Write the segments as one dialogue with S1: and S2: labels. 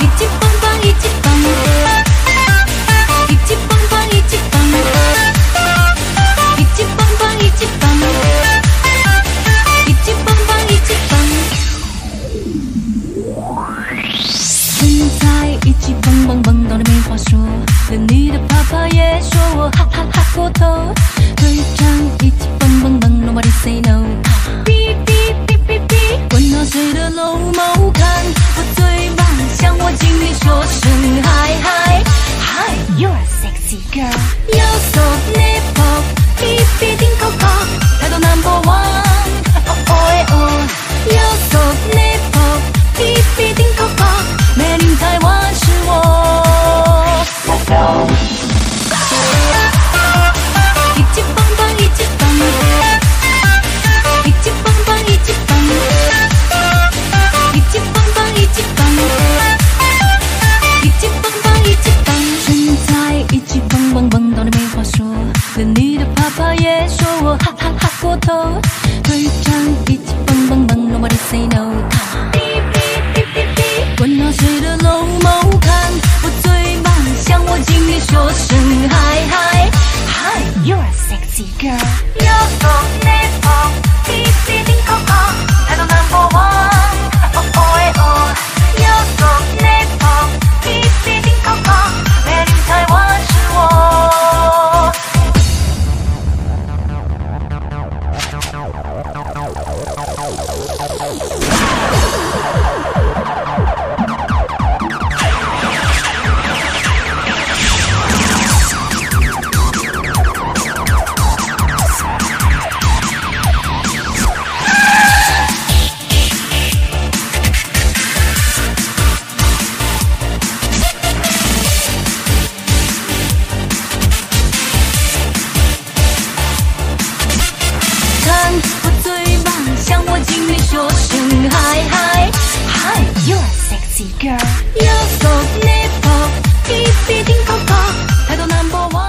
S1: 一级棒棒一级棒，一级棒棒一级棒，一级棒棒一级棒，一级棒棒一级棒。现在一起蹦蹦蹦到的没话说，连你的爸爸也说我哈哈哈过头。队长一起蹦蹦蹦，Nobody say no。哔哔哔哔哔，管他谁的老毛看，我最棒，向我经理说声嗨嗨嗨，You're a sexy girl。右手 n 泡，哔哔顶扣扣，态度 number one。哦哦哦，右手 n 泡，哔哔顶扣扣，美丽台湾是我。一级棒棒一级棒，一级棒棒一级棒，一级棒棒一级棒，一级棒棒一级棒。现在一级棒棒棒到你没话说，连你的爸爸也说我哈哈哈过头。队长一级棒棒棒，Nobody say no。哔哔哔哔哔，管他谁的老毛看，我最棒，向我经理说声嗨嗨嗨。You're a sexy girl. You're so nipple. Beep, beep, coco. Title number one. Oh, oh, eh, oh. You're so nipple. Beep, beep, coco. Made in Taiwan 是我。看我最棒，向我经理说声嗨嗨嗨，You're a sexy girl，右手 nipple，比比顶扣扣，态度 number one。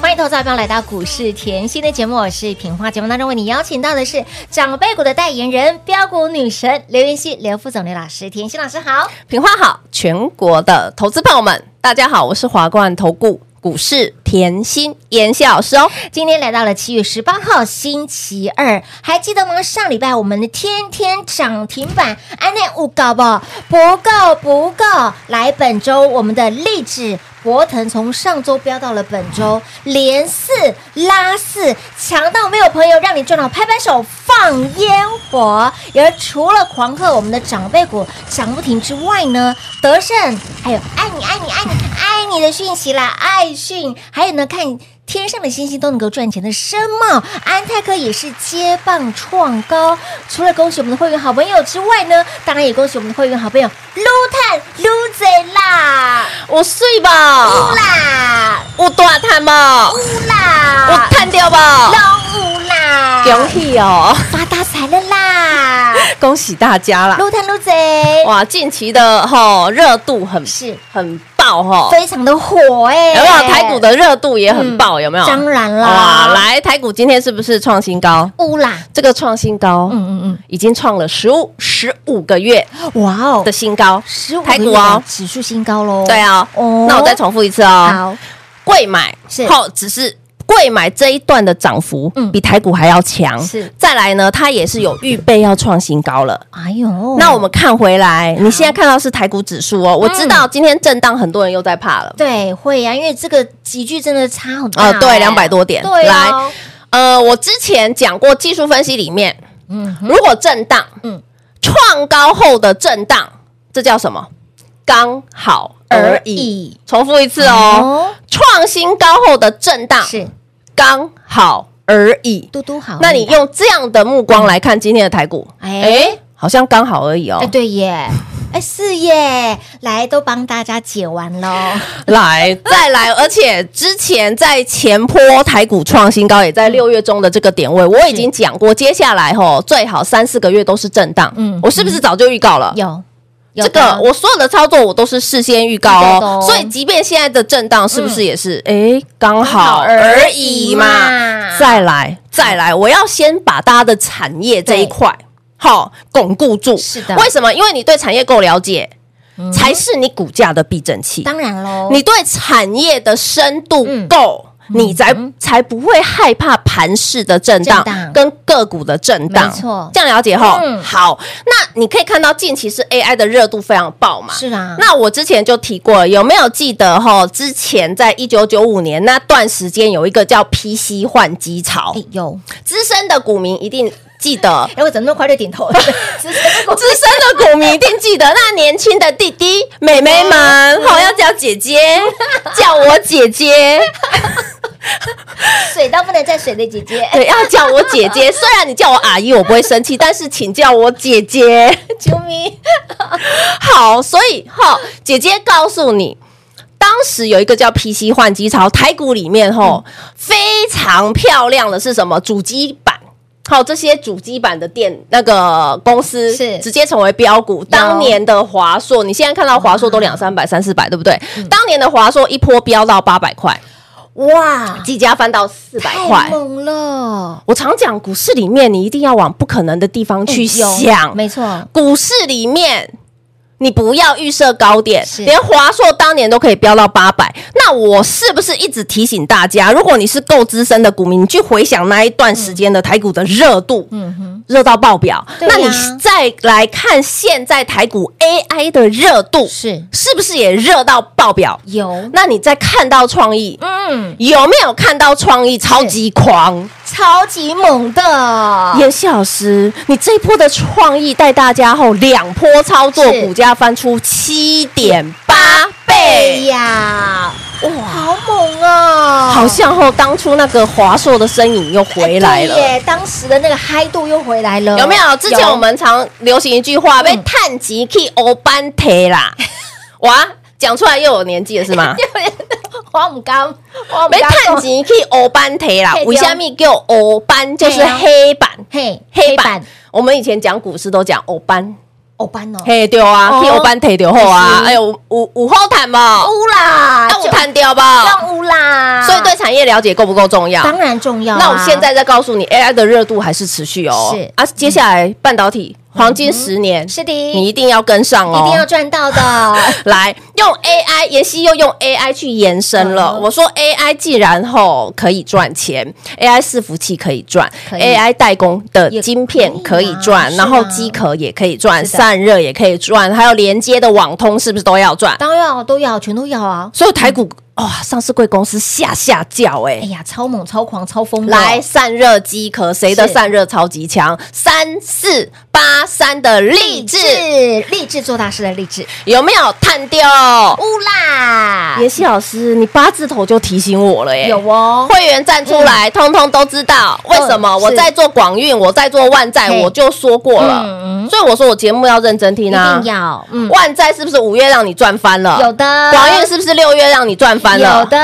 S2: 欢迎投资者朋友来到股市甜心的节目，我是平花。节目当中为你邀请到的是长辈股的代言人标股女神刘妍希、刘副总、刘老师、甜心老师好。
S3: 平花好，全国的投资朋友们，大家好，我是华冠投顾股市甜心妍希老师哦。
S2: 今天来到了七月十八号星期二，还记得吗？上礼拜我们的天天涨停板，安内五搞不不够不够。来本周我们的励志博腾从上周飙到了本周，连四拉四，强到没有朋友让你赚到拍拍手放烟火。而除了狂贺我们的长辈股涨不停之外呢，德胜还有爱你爱你爱你爱你的讯息啦，爱讯，还有呢看。天上的星星都能够赚钱的深茂，安泰科也是接棒创高。除了恭喜我们的会员好朋友之外呢，当然也恭喜我们的会员好朋友撸碳撸贼啦，
S3: 我睡吧
S2: 撸，啦
S3: 我大探吧，
S2: 撸啦
S3: 我，探掉吧，
S2: 老五 啦，
S3: 恭喜哦，
S2: 发大财了啦，
S3: 恭喜大家啦！
S2: 撸碳撸贼
S3: 哇，近期的哈热度很
S2: 是
S3: 很爆哈，
S2: 非常的火哎、
S3: 有没有台股的热度也很爆？有没有？
S2: 当然啦，
S3: 哇，来台股今天是不是创新高？
S2: 乌啦，
S3: 这个创新高，
S2: 嗯嗯
S3: 已经创了十五十五个月
S2: 嗯，哇哦
S3: 的，新高，
S2: 十五
S3: 台股哦，
S2: 指数新高喽，
S3: 对啊，
S2: 哦
S3: 那我再重复一次哦，
S2: 好，
S3: 贵买
S2: 是
S3: 后只是。贵买这一段的涨幅，
S2: 嗯
S3: 比台股还要强。
S2: 是
S3: 再来呢，它也是有预备要创新高了。
S2: 哎呦，
S3: 那我们看回来，你现在看到是台股指数哦，我知
S2: 嗯
S3: 道今天震荡，很多人又在怕了。
S2: 对会呀、因为这个集聚真的差很大、
S3: 啊，对，
S2: 哎
S3: 两百多点。
S2: 对、
S3: 来，
S2: 啊，
S3: 呃，我之前讲过技术分析里面，
S2: 嗯哼，
S3: 如果震荡，
S2: 嗯
S3: 嗯，创高后的震荡，这叫什么？刚好而
S2: 而
S3: 已。
S2: 已
S3: 重复一次哦，创新高后的震荡
S2: 哦是
S3: 刚好而已。
S2: 嘟嘟好，
S3: 那你用这样的目光来看今天的台股，
S2: 哎
S3: 哎，好像刚好而已哦
S2: 哎，。对耶，哎，是耶，来都帮大家解完喽。
S3: 来，再来，而且之前在前坡台股创新高，也在六月中的这个点位，我已经讲过，接下来吼最好三四个月都是震荡。
S2: 嗯
S3: 嗯，我是不是早就预告了？
S2: 有，有
S3: 这个
S2: 的
S3: 我所有的操作我都是事先预告
S2: 预告的哦嗯
S3: 哦，所以即便现在的震荡是不是也是哎刚好
S2: 刚好而
S3: 而
S2: 已
S3: 已
S2: 嘛嗯
S3: 嘛？再来再来，我要先把大家的产业这一块好巩固住。
S2: 是的嗯
S3: 为什么？因为你对产业够了解，才是你股价的避震器。
S2: 当然喽，
S3: 你对产业的深度
S2: 哦嗯
S3: 够。你才才不会害怕盘市的震荡
S2: 震荡
S3: 跟个股的震荡，
S2: 没错
S3: 这样了解后，
S2: 嗯
S3: 好，那你可以看到近期是 AI 的热度非常爆嘛，
S2: 是啊，
S3: 那我之前就提过，有没有记得哈？之前在一九九五年那段时间有一个叫 PC 换机潮
S2: 哎，有，
S3: 资深的股民一定记 得，
S2: 哎，我怎么那么快就 点头了？只是这个
S3: 资深的股民一定记得，那年轻的弟弟、妹妹
S2: 哦
S3: 们，好要叫姐 姐，叫我姐姐，
S2: 水到不能再水的姐姐，
S3: 对，要叫我姐 姐。虽然你叫我阿姨，我不会生气，但是请叫我姐姐。
S2: 救命！
S3: 好，所以哈，姐姐告诉你，当时有一个叫 PC 换机潮，台股里面吼、非常漂亮的是什么主机板。好，这些主机板的店那个公司
S2: 是
S3: 直接成为标股。当年的华硕，你现在看到华硕都两三百、三四百，对不对？
S2: 嗯
S3: 当年的华硕一波飙到八百块，
S2: 哇，
S3: 几家翻到四百块
S2: 太。猛了，
S3: 我常讲，股市里面你一定要往不可能的地方去
S2: 嗯哎有
S3: 想，
S2: 没错，
S3: 股市里面。你不要预设高点
S2: 是，
S3: 连华硕当年都可以飙到八百，那我是不是一直提醒大家，如果你是够资深的股民，你去回想那一段时间的台股的热度，
S2: 嗯哼，
S3: 热到爆表，
S2: 对呀
S3: 那你再来看现在台股 AI 的热度，
S2: 是
S3: 是不是也热到爆表？
S2: 有，
S3: 那你再看到创意，
S2: 嗯，
S3: 有没有看到创意超级狂？
S2: 超级猛的，
S3: 妍希老师，你这一波的创意带大家后两波操作，
S2: 是
S3: 股价翻出七点八倍，
S2: 呀，哇，好猛哦，
S3: 好像后当初那个华硕的身影又回来了
S2: 哎对。耶，当时的那个嗨度又回来了，
S3: 有没有？之前我们常流行一句话，被探及 k 欧班提 啦，哇，讲出来又有年纪了是 吗？
S2: 花木刚，花木
S3: 被
S2: 刚
S3: 探及 k 欧班提啦
S2: 嘿，
S3: 为什么叫欧班？就是黑板，
S2: 嘿，
S3: 啊黑板。我们以前讲股市都讲欧班，
S2: 欧班哦，
S3: 嘿对啊，
S2: 哦
S3: 去欧班提就好啊
S2: 是。哦
S3: 哎呦，有有有好谈啊无？
S2: 乌啦，
S3: 那我
S2: 就
S3: 谈掉
S2: 让
S3: 吧。
S2: 乌啦，
S3: 所以对产业了解够不够重要？
S2: 当然重要啊。
S3: 那我现在再告诉你，AI 的热度还是持续哦。
S2: 是嗯
S3: 啊，接下来半导体黄金十年，
S2: 是的，
S3: 你
S2: 一
S3: 一定要哦跟上哦。
S2: 定要赚到的，
S3: 来用 AI，妍希又用 AI 去延伸了。
S2: 嗯哼
S3: 我说 AI 既然吼可以赚钱，AI 伺服器可以赚
S2: 可以
S3: ，AI 代工的
S2: 也
S3: 晶片
S2: 可
S3: 可
S2: 以啊
S3: 以赚
S2: 是，啊
S3: 然后机壳也可以赚，
S2: 是的
S3: 散热也可以赚，还有连接的网通是不是都要赚？
S2: 当然要都要，全都要啊！
S3: 所以台股哇、上市贵公司下下叫哎、
S2: 哎呀，超猛、超狂、超疯的，
S3: 来散热机壳，谁的
S2: 是
S3: 散热超级强？三四八三的励
S2: 励志
S3: 志
S2: 励志做大事的励志，
S3: 有没有探掉？
S2: 乌啦，
S3: 妍希老师，你八字头就提醒我了耶、欸
S2: 有哦，
S3: 会员站出来，通通都知道为什么
S2: 嗯
S3: 我在做广运，我在做万债，
S2: 嘿
S3: 我就说过
S2: 嗯
S3: 了，所以我说我节目要认真
S2: 一
S3: 听啊
S2: 定。要，嗯，
S3: 万债是不是五月让你赚翻了？
S2: 有的，
S3: 广运是不是六月让你赚翻了？
S2: 有的，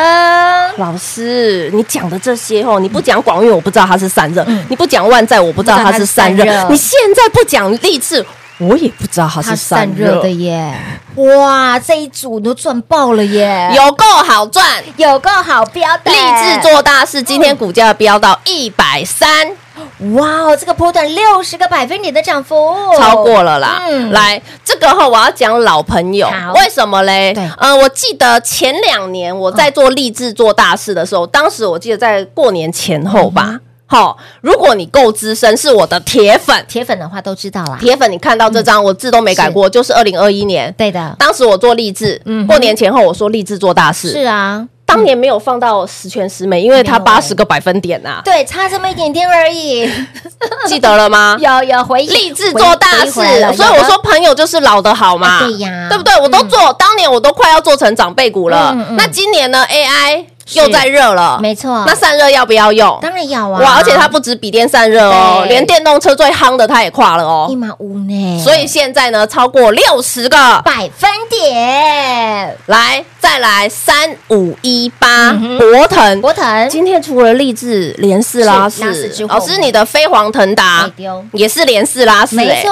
S3: 老师，你讲的这些哦，你不讲广运，我不知道它是散热；你不讲万载，我不知道它是散热
S2: 嗯不知道它是散；热
S3: 你现在不讲励志，我也不知道它是散热
S2: 的。耶，哇，这一组都赚爆了耶，
S3: 有够好赚，
S2: 有个好标的，
S3: 励志做大事。今天股价飙到一百三，
S2: 哇哦，这个波段六十个百分点的涨幅，
S3: 超过了啦。
S2: 哦嗯
S3: 来，这个哈，我要讲老朋友
S2: 好，
S3: 为什么嘞？
S2: 对
S3: 呃，我记得前两年我在做励志做大事的时
S2: 嗯
S3: 候，当时我记得在过年前后吧。好，如果你够资深，是我的铁粉，
S2: 铁粉的话都知道啦，
S3: 铁粉，你看到这
S2: 嗯
S3: 张，我字都没改过，就是二零二一年。
S2: 对的，
S3: 当时我做励志，
S2: 嗯哼
S3: 过年前后我说励志做大
S2: 是
S3: 事，
S2: 啊，
S3: 当年没有放到十全十美，因为它
S2: 没有欸
S3: 八十个百分点呐，
S2: 对，差这么一点点而已，
S3: 记得了吗？
S2: 有有回忆
S3: 励志做大事，
S2: 回忆回来了
S3: 所以我说朋友就是老的好嘛，
S2: 啊对呀
S3: 对不对？我都做，当年我都快要做成长辈股了
S2: 嗯嗯，
S3: 那今年呢？AI 又在热了，
S2: 没错
S3: 那散热要不要用？
S2: 当然要啊！
S3: 哇，而且它不止笔电散热哦，
S2: 对
S3: 连电动车最夯的它也跨了
S2: 一
S3: 哦。
S2: 码五呢，
S3: 所以现在呢，超过六十个，
S2: 百分点，
S3: 来再来三五一八
S2: 嗯哼
S3: 博腾。
S2: 博腾
S3: 今天除了励志连四拉
S2: 是拉四之
S3: 四，
S2: 后
S3: 老师你的飞黄腾达
S2: 没丢
S3: 也是连四拉四，
S2: 没
S3: 哎
S2: 错，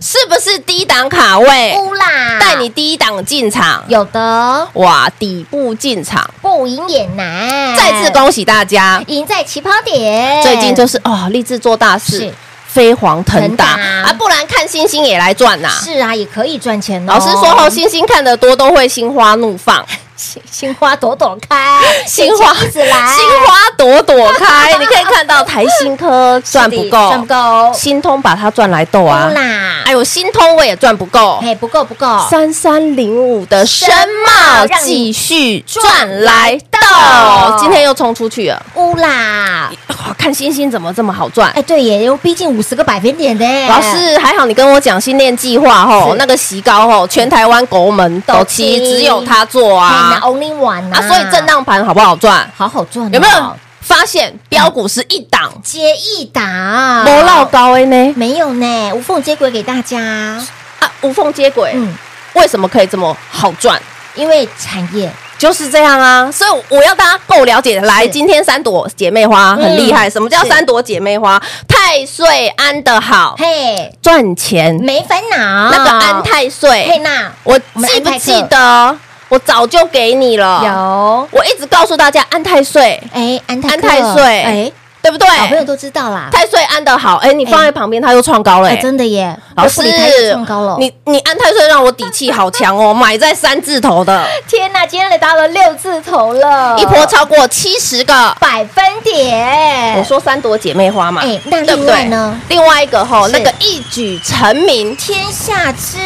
S3: 是不是低档卡位？
S2: 乌啦，
S3: 带你低档进场，
S2: 哦有的
S3: 哇，底部进场，
S2: 不赢也难，
S3: 再次恭喜大家！
S2: 赢在起跑点，
S3: 最近就是哦，立志做大事
S2: 哎是，
S3: 飞黄腾达
S2: 腾达
S3: 啊，不然看星星也来赚呐。
S2: 是啊，也可以赚钱哦。
S3: 老师说后，星星看得多都会心花怒放，
S2: 心花朵朵开，
S3: 心花
S2: 一直来，
S3: 心花朵朵开。 你可以看到台 新科赚不够，
S2: 赚不够，嗯
S3: 新通把它赚来斗
S2: 不
S3: 啊。
S2: 啦
S3: 哎，呦，新通我也赚不够，
S2: 哎，不够不够，
S3: 三三零五的深茂
S2: 让你
S3: 继续赚来
S2: 到
S3: 到，今天又冲出去了。
S2: 乌啦，
S3: 哇，看星星怎么这么好赚？
S2: 哎，对耶，又逼近五十个百分点的，
S3: 老师还好，你跟我讲新店计划吼
S2: 哎是，
S3: 那个席高吼，全台湾狗门
S2: 都
S3: 都
S2: 七
S3: 七，只有他做
S2: 啊
S3: 啊
S2: ，Only One
S3: 啊，所以震荡盘好不好赚？
S2: 好好赚哦，
S3: 有没有发现标股是一档
S2: 接一档？
S3: 没落高的呢？
S2: 没有呢，无缝接轨给大家。
S3: 啊，无缝接轨，
S2: 嗯，
S3: 为什么可以这么好赚？
S2: 因为产业
S3: 就是这样啊，所以我要大家够了解。来，
S2: 是嗯
S3: 今天三朵姐妹花很厉害，什么叫
S2: 是
S3: 三朵姐妹花？太岁安的好，
S2: 嘿
S3: 赚钱
S2: 没烦恼，
S3: 那个安太
S2: 嘿
S3: 岁，
S2: 娜
S3: 我
S2: 我们
S3: 记
S2: 安
S3: 不
S2: 泰克
S3: 记得？我早就给你了，
S2: 有
S3: 我一直告诉大家安太岁，
S2: 哎安泰
S3: 安
S2: 克
S3: 太岁
S2: 哎
S3: 对不对？
S2: 小朋友都知道啦，
S3: 太岁安的好，哎，你放在旁边，它又创高了，
S2: 哎
S3: 哎
S2: 真的耶，
S3: 老
S2: 我
S3: 师
S2: 不理他也创高了，
S3: 你你安太岁让我底气好 强哦，买在三字头的，
S2: 天呐，今天来到了六字头了，
S3: 一波超过七十个。
S2: 百分点。
S3: 我说三朵姐妹花嘛，
S2: 哎那
S3: 对不
S2: 另外呢
S3: 对？另外一个吼，
S2: 是
S3: 那个一举成名
S2: 天下之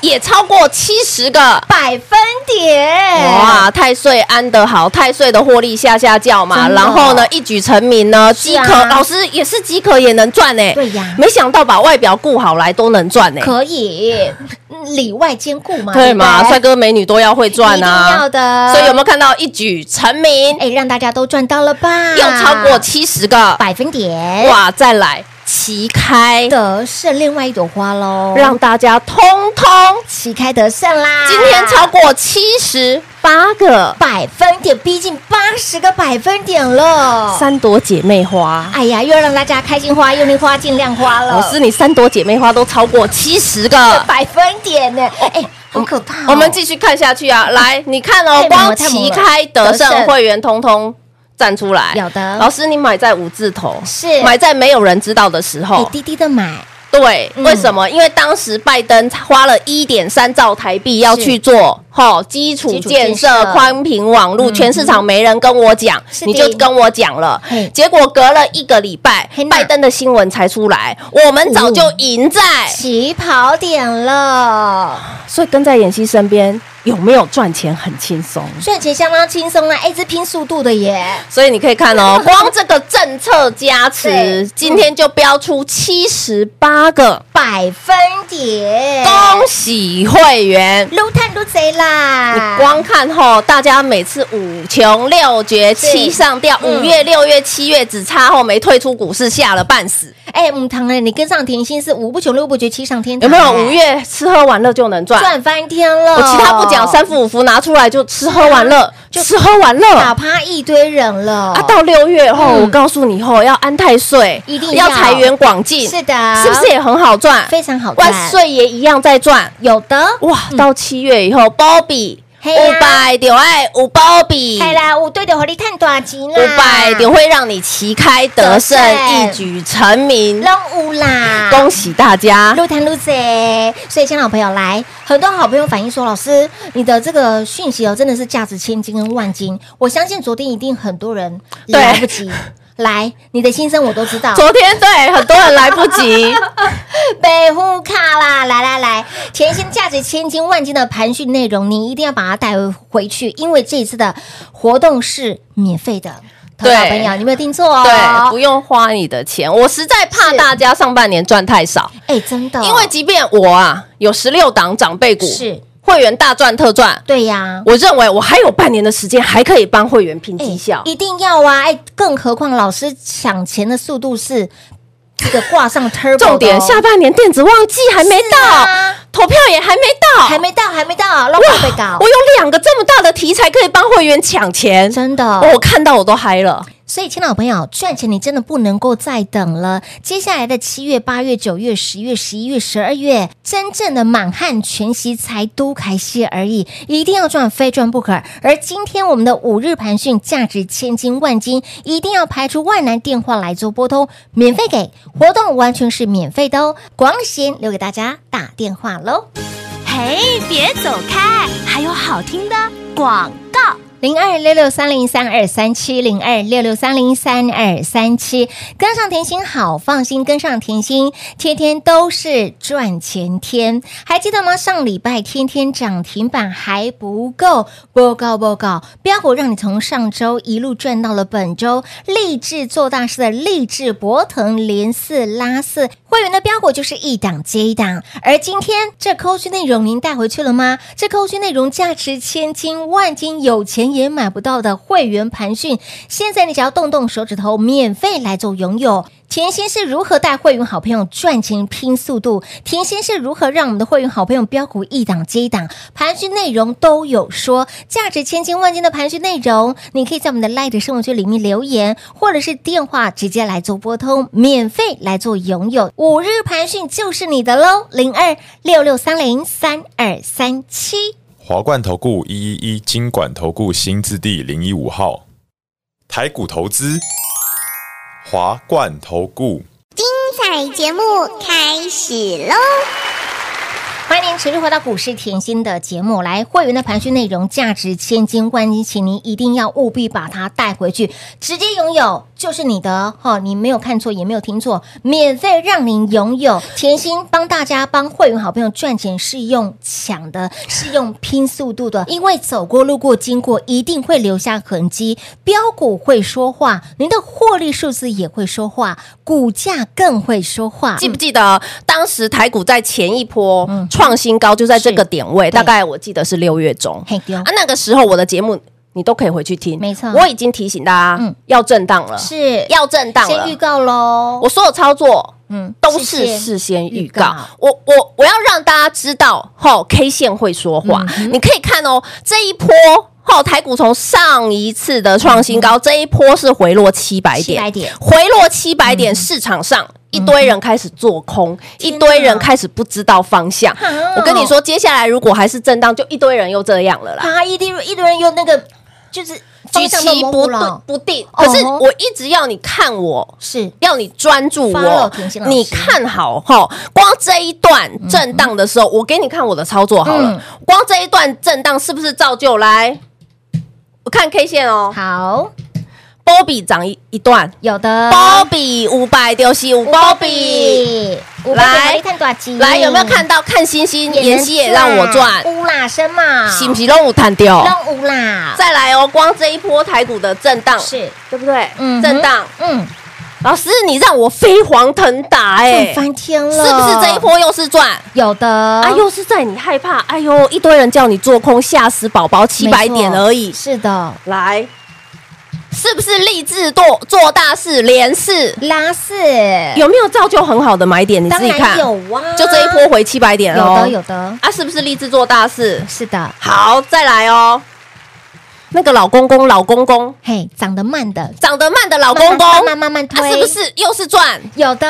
S3: 也超过七十个。
S2: 百分点，
S3: 哇，太岁安得好，太岁的获利下下叫嘛，
S2: 真的
S3: 然后呢，一举成名呢，
S2: 是
S3: 饥
S2: 啊
S3: 渴、老师也是饥渴也能赚呢、欸
S2: 对呀
S3: 没想到把外表顾好来都能赚呢、欸
S2: 可以嗯里外兼顾嘛？
S3: 对嘛，
S2: 不
S3: 帅哥美女都要会赚
S2: 一定要
S3: 啊，
S2: 的。
S3: 所以有没有看到一举成名，
S2: 哎，让大家都赚到了吧？
S3: 又超过七十个，
S2: 百分点，
S3: 哇，再来齐开，
S2: 得胜另外一朵花喽，
S3: 哎让大家通通
S2: 旗开得胜啦！
S3: 今天超过七十八个
S2: 百分点，逼近八十个百分点了。
S3: 三朵姐妹花。
S2: 哎呀，又让大家开心花、用力花、尽量花了。
S3: 老师，你三朵姐妹花都超过七十个，
S2: 百分点呢？哎，好可怕哦！
S3: 我们继续看下去啊！来，你看
S2: 太猛
S3: 哦
S2: 了，
S3: 光
S2: 太猛了
S3: 旗开得
S2: 得
S3: 胜
S2: 胜
S3: 会员通通站出来。
S2: 有的
S3: 老师，你买在五字头，
S2: 是
S3: 买在没有人知道的时
S2: 哎
S3: 候。
S2: 低低的买，
S3: 对，
S2: 嗯
S3: 为什么？因为当时拜登花了一点三兆台币要去做吼嗯基础
S2: 基础
S3: 建
S2: 建
S3: 设嗯
S2: 设、
S3: 宽频网络，全市场没人跟我讲，
S2: 是的
S3: 你就跟我讲了
S2: 嘿。
S3: 结果隔了一个礼拜
S2: 嘿，呐
S3: 拜登的新闻才出来，我们早就赢在，
S2: 起跑点了，
S3: 所以跟在妍希身边有没有赚钱很轻松。
S2: 赚钱相当轻松啦，哎，这拼速度的耶，
S3: 所以你可以看 哦，光这个政策加持
S2: 对，
S3: 今天就标出七十八个，
S2: 百分点，
S3: 恭喜会员！
S2: 撸探撸贼
S3: 你
S2: 啦！
S3: 光看吼，大家每次五穷六绝七上吊，
S2: 嗯
S3: 五月、六月、七月只差后没退出股市，吓了半死。
S2: 哎，母堂哎，你跟上甜心是五不穷六不绝七上天
S3: 有
S2: 堂，
S3: 没有？
S2: 哎
S3: 五月吃喝玩乐就能赚？
S2: 赚翻天了？
S3: 我其他不讲，三伏五伏拿出来就吃喝玩
S2: 啊
S3: 乐，就吃喝玩乐
S2: 打趴一堆人了
S3: 啊！到六月后，
S2: 嗯
S3: 我告诉你后要安太岁，
S2: 一定
S3: 要
S2: 要
S3: 财源广进，
S2: 是的，
S3: 是不是也很好赚？
S2: 非常好赚？
S3: 万岁爷一样在赚。
S2: 有的
S3: 哇，到七月以后，Bobby
S2: 嘿呀
S3: 五百就爱五 Bobby，
S2: 哎啦，我对的火力探短期啦，
S3: 五百就会让你旗开得胜，
S2: 得胜
S3: 一举成名。
S2: 扔五啦，
S3: 恭喜大家！
S2: 路谈路贼，所以，亲爱的朋友来，很多好朋友反映说，老师，你的这个讯息哦，真的是价值千金跟万金。我相信昨天一定很多人
S3: 对
S2: 来不及，来，你的心声我都知 道。
S3: 昨天对很多人来不 及，
S2: 北户卡啦，来来来，甜心价值千金万金的盘讯内容，你一定要把它带回回去，因为这一次的活动是免费的。
S3: 对
S2: 好朋友，你没有听错哦。
S3: 对，不用花你的钱。我实在怕大家上半年赚太少，
S2: 哎，真的，
S3: 因为即便我啊有十六档长辈股，
S2: 是
S3: 会员大赚特赚。
S2: 对呀、
S3: 我认为我还有半年的时间，还可以帮会员拼绩效。
S2: 一定要啊！哎，更何况老师抢钱的速度是这个挂上 turbo，的哦
S3: 重点下半年电子旺季还没
S2: 是
S3: 到，
S2: 啊
S3: 投票也还没到，
S2: 还没到，还没到，乱被搞
S3: 哇！我，有两个这么大的题材可以帮会员抢钱，
S2: 真的。嗯
S3: 哦我看到我都嗨了。
S2: 所以，亲老朋友，赚钱你真的不能够再等了。接下来的七月、八月、九月、十月、十一月、十二月，真正的满汉全席才都开席而已，一定要赚，非赚不可。而今天我们的五日盘讯价值千金万金，一定要排除万难，电话来做拨通，免费给，活动完全是免费的哦。广贤留给大家打电话喽。
S4: 嘿，别走开，还有好听的广告。
S2: 零二六六三零三二三七零二六六三零三二三七，跟上甜心好放心，跟上甜心，天天都是赚钱天。还记得吗？上礼拜天天涨停板还不够，报告报告，标股让你从上周一路赚到了本周，励志做大事的励志博腾连四拉四，会员的标股就是一档接一档。而今天这扣区内容您带回去了吗？这扣区内容价值千金万金，有钱也买不到的会员盘讯，现在你只要动动手指头，免费来做拥有。甜心是如何带会员好朋友赚钱拼速度？甜心是如何让我们的会员好朋友标股一档接一档，盘讯内容都有说，价值千金万金的盘讯内容，你可以在我们的 Light 生活区里面留言，或者是电话直接来做拨通，免费来做拥有。五日盘讯就是你的喽，零二六六三零三二三七。
S5: 华冠投顾一一一金管投顾新字第零一五号，台股投资，华冠投顾。
S6: 彩节目开始喽！
S2: 欢迎您持续回到股市甜心的节目，来会员的盘讯内容价值千金万金，请您一定要务必把它带回去，直接拥有就是你的哈、哦，你没有看错也没有听错，免费让您拥有甜心帮大家帮会员好朋友赚钱是用抢的，是用拼速度的，因为走过路过经过一定会留下痕迹，标股会说话，您的获利数字也会说话，股价更会说话，
S3: 嗯记不记得当时台股在前一波
S2: 嗯
S3: 创新高，就在这个点位，大概我记得是六月中。
S2: 嘿丢
S3: 啊，那个时候我的节目你都可以回去听，
S2: 没错
S3: 我已经提醒大家
S2: 嗯
S3: 要震荡了，
S2: 是
S3: 要震荡
S2: 先预
S3: 了。
S2: 告喽。
S3: 我所有操作
S2: 嗯，
S3: 都是
S2: 谢谢
S3: 事先预
S2: 预告
S3: 告。我我我要让大家知道，吼 K 线会说话。
S2: 嗯
S3: 你可以看哦，这一波吼台股从上一次的创新
S2: 嗯
S3: 高，这一波是回落七百点，
S2: 700点嗯
S3: 回落七百点，市场上。一堆人开始做空，一堆人开始不知道方向。我跟你说，接下来如果还是震荡，就一堆人又这样了啦。
S2: 啊，一堆一堆人用那个就是
S3: 举
S2: 方向都
S3: 棋
S2: 模
S3: 不
S2: 糊
S3: 对
S2: 了，
S3: 不定。
S2: 哦
S3: 可是我一直要你看我
S2: 是
S3: 要你专注
S2: Follow
S3: 我
S2: 田心老，师
S3: 你看好哈。光这一段震荡的时候，我给你看我的操作好
S2: 嗯
S3: 了。光这一段震荡是不是照旧来？我看 K 线哦
S2: 好
S3: 波比涨一一段
S2: 有的
S3: 波比五百六十五波比，
S2: 五
S3: 来
S2: 来看短期
S3: 来有没有看到？看星星，
S2: 能
S3: 妍希也让我赚，
S2: 乌啦声嘛，
S3: 是不是让我弹掉？
S2: 让乌啦，
S3: 再来哦，光这一波台股的震荡，
S2: 是
S3: 对不对？
S2: 嗯哼
S3: 震荡，
S2: 嗯，
S3: 老师你让我飞黄腾达
S2: 赚，
S3: 哎
S2: 翻天了，
S3: 是不是这一？波又是赚？
S2: 有的，
S3: 啊，又是在你害怕，哎呦，一堆人叫你做空，吓死宝宝，七
S2: 没
S3: 百
S2: 错
S3: 点而已。
S2: 是的，
S3: 来，是不是立志做做大事，连四
S2: 拉四
S3: 有没有造就很好的买点？你
S2: 当
S3: 自己
S2: 然
S3: 看，
S2: 有啊，
S3: 就这一波回七百点
S2: 有
S3: 喽。
S2: 的有的，
S3: 啊，是不是立志做大事？
S2: 是的，
S3: 好，再来哦。那个老公公，老公公，
S2: 嘿，长得慢的，
S3: 长得慢的老公
S2: 慢
S3: 公，
S2: 慢慢慢慢
S3: 他、
S2: 推，
S3: 是不是又是赚？
S2: 有的？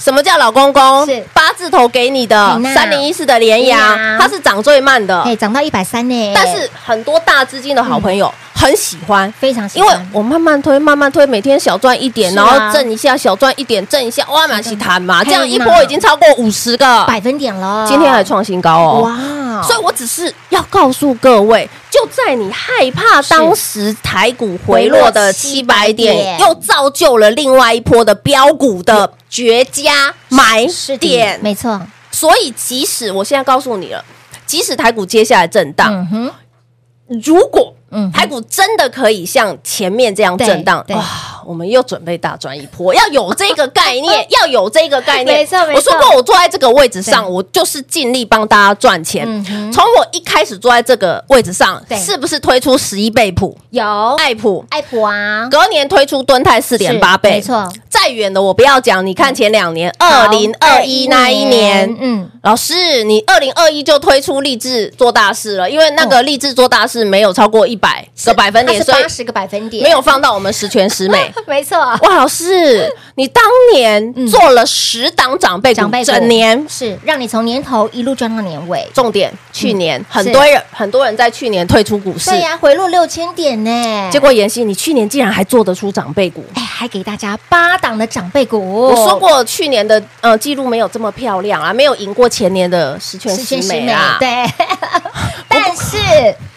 S3: 什么叫老公公？
S2: 是
S3: 八字头给你的
S2: 你那
S3: 三零一四的联
S2: 对啊
S3: 阳，它是涨最慢的。
S2: 嘿，涨到一百三呢，
S3: 哦但是很多大资金的好朋友
S2: 嗯
S3: 很喜欢。
S2: 非常喜
S3: 因为
S2: 欢
S3: 我慢慢推，慢慢推，每天小赚一点，
S2: 啊是啊
S3: 然后挣一下，小赚一点，挣一下，哇，满喜谈嘛，这样一
S2: 嘿嘛
S3: 波已经超过五十个，
S2: 百分点了，
S3: 今天还创新高哦。
S2: 哇！
S3: 所以我只是要告诉各位，就在你害怕当时台股回落的七百
S2: 回落700
S3: 点，
S2: 点
S3: 又造就了另外一波的标股的绝佳买
S2: 是的
S3: 点。
S2: 没错，
S3: 所以，即使我现在告诉你了，即使台股接下来震荡，
S2: 嗯哼，
S3: 如果
S2: 嗯
S3: 台股真的可以像前面这样震荡，
S2: 对对
S3: 哇啊，我们又准备大赚一波，要有这个概 念，要有这个概念。
S2: 没错没错
S3: 我说过，我坐在这个位置上，
S2: 对
S3: 我就是尽力帮大家赚钱
S2: 嗯。哼
S3: 从我一开始坐在这个位置上
S2: 对，
S3: 是不是推出十一倍普、
S2: 有
S3: 爱普？
S2: 爱普啊，
S3: 隔年推出敦泰四点八倍，
S2: 没错。
S3: 再远的我不要讲，你看前两年，二
S2: 好
S3: 零二一那一年，
S2: 嗯，
S3: 老师，你二零二一就推出励志做大事了，因为那个励志做大事没有超
S2: 哦
S3: 过一百个百分点，所
S2: 八
S3: 以
S2: 十个百分点，
S3: 没有放到我们十全十美。
S2: 没错，
S3: 哇，老师，你当年做了十档长辈股
S2: 长辈，股
S3: 整年
S2: 是让你从年头一路赚到年尾。
S3: 重点，去年
S2: 嗯是
S3: 很多人很多人在去年退出股市，
S2: 对呀、回落六千点呢，
S3: 结果妍希，你去年竟然还做得出长辈股。
S2: 哎，还给大家八档的长辈股。
S3: 我说过，去年的呃记录没有这么漂亮啊，没有赢过前年的十全
S2: 十全
S3: 十
S2: 十
S3: 美
S2: 美
S3: 啊。，
S2: 对，但是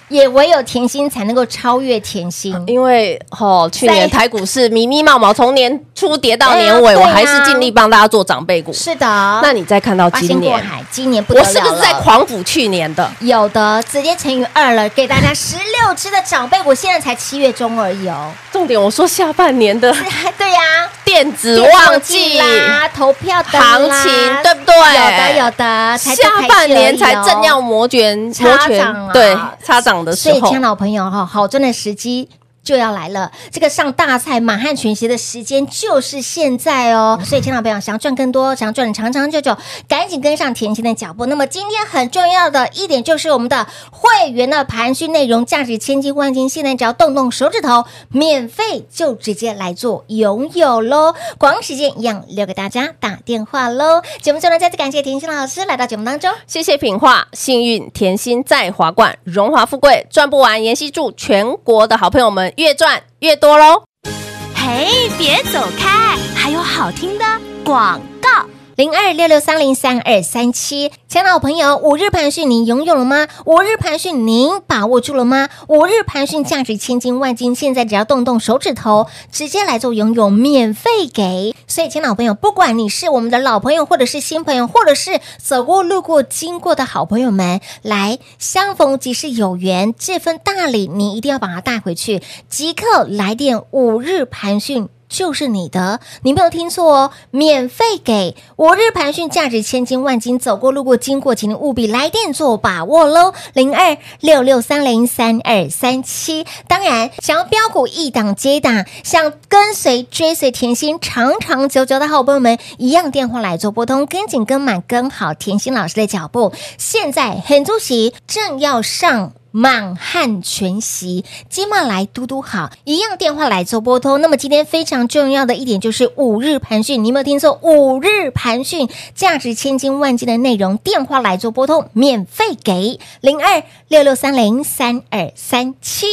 S2: 也唯有甜心才能够超越甜心。
S3: 啊因为哦，去
S2: 在
S3: 年台股是迷迷毛毛，从年初跌到年
S2: 对啊
S3: 尾，
S2: 对啊
S3: 我还是尽力帮大家做长辈股。
S2: 是的，
S3: 那你再看到
S2: 八
S3: 今
S2: 仙过
S3: 年，
S2: 海，今年不得
S3: 我
S2: 了
S3: 是不是
S2: 了
S3: 在狂补去年的？
S2: 有的直接乘以二了，给大家十六只的长辈股，现在才七月中而已哦。
S3: 重点我说下半年的
S2: 对呀、
S3: 电子
S2: 电报
S3: 旺
S2: 季
S3: 季
S2: 啦，投票的啦
S3: 行情，对不对？
S2: 有的有的，才
S3: 下半年才正要
S2: 摸
S3: 摩拳摩
S2: 擦
S3: 拳
S2: 哦掌啦啊
S3: 对擦掌的时
S2: 所以，
S3: 候
S2: 亲爱，的老朋友哈，好赚的时机。就要来了，这个上大菜满汉全席的时间就是现在哦。所以，亲爱的朋友，想要赚更多，想要赚的长长久久，赶紧跟上甜心的脚步。那么，今天很重要的一点就是我们的会员的盘讯内容价值千金万金，现在只要动动手指头，免费就直接来做拥有喽。广告时间一样留给大家打电话喽。节目最后呢，再次感谢甜心老师来到节目当中。
S3: 谢谢品画，幸运甜心在华冠，荣华富贵赚不完。妍希祝全国的好朋友们越赚越多喽！
S6: 嘿，别走开，还有好听的广告。
S2: 零二六六三零三二三七，亲爱的好朋友，五日盘讯您拥有了吗？五日盘讯您把握住了吗？五日盘讯价值千金万金，现在只要动动手指头，直接来做拥有，免费给。所以，亲爱的好朋友，不管你是我们的老朋友，或者是新朋友，或者是走过路过经过的好朋友们，来相逢即是有缘，这份大礼你一定要把它带回去，即刻来电五日盘讯。就是你的，你没有听错哦，免费给五日盘讯，价值千金万金，走过路过经过，请您务必来电做把握喽，零二六六三零三二三七。当然，想要标股一档接一档，想跟随追随甜心长长久久的好朋友们，一样电话来做拨通，跟紧跟满跟好甜心老师的脚步。现在很主席正要上。满汉全席，今晚来嘟嘟好，一样电话来做拨通。那么今天非常重要的一点就是五日盘讯，你有没有听错？五日盘讯，价值千金万金的内容，电话来做拨通，免费给零二六六三零三二三七。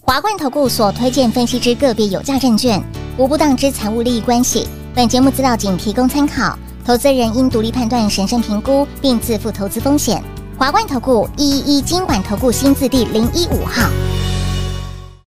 S7: 华冠投顾所推荐分析之个别有价证券，无不当之财务利益关系。本节目资料仅提供参考，投资人应独立判断、审慎评估，并自负投资风险。华冠投顾一一一金管投顾新字第零一五号。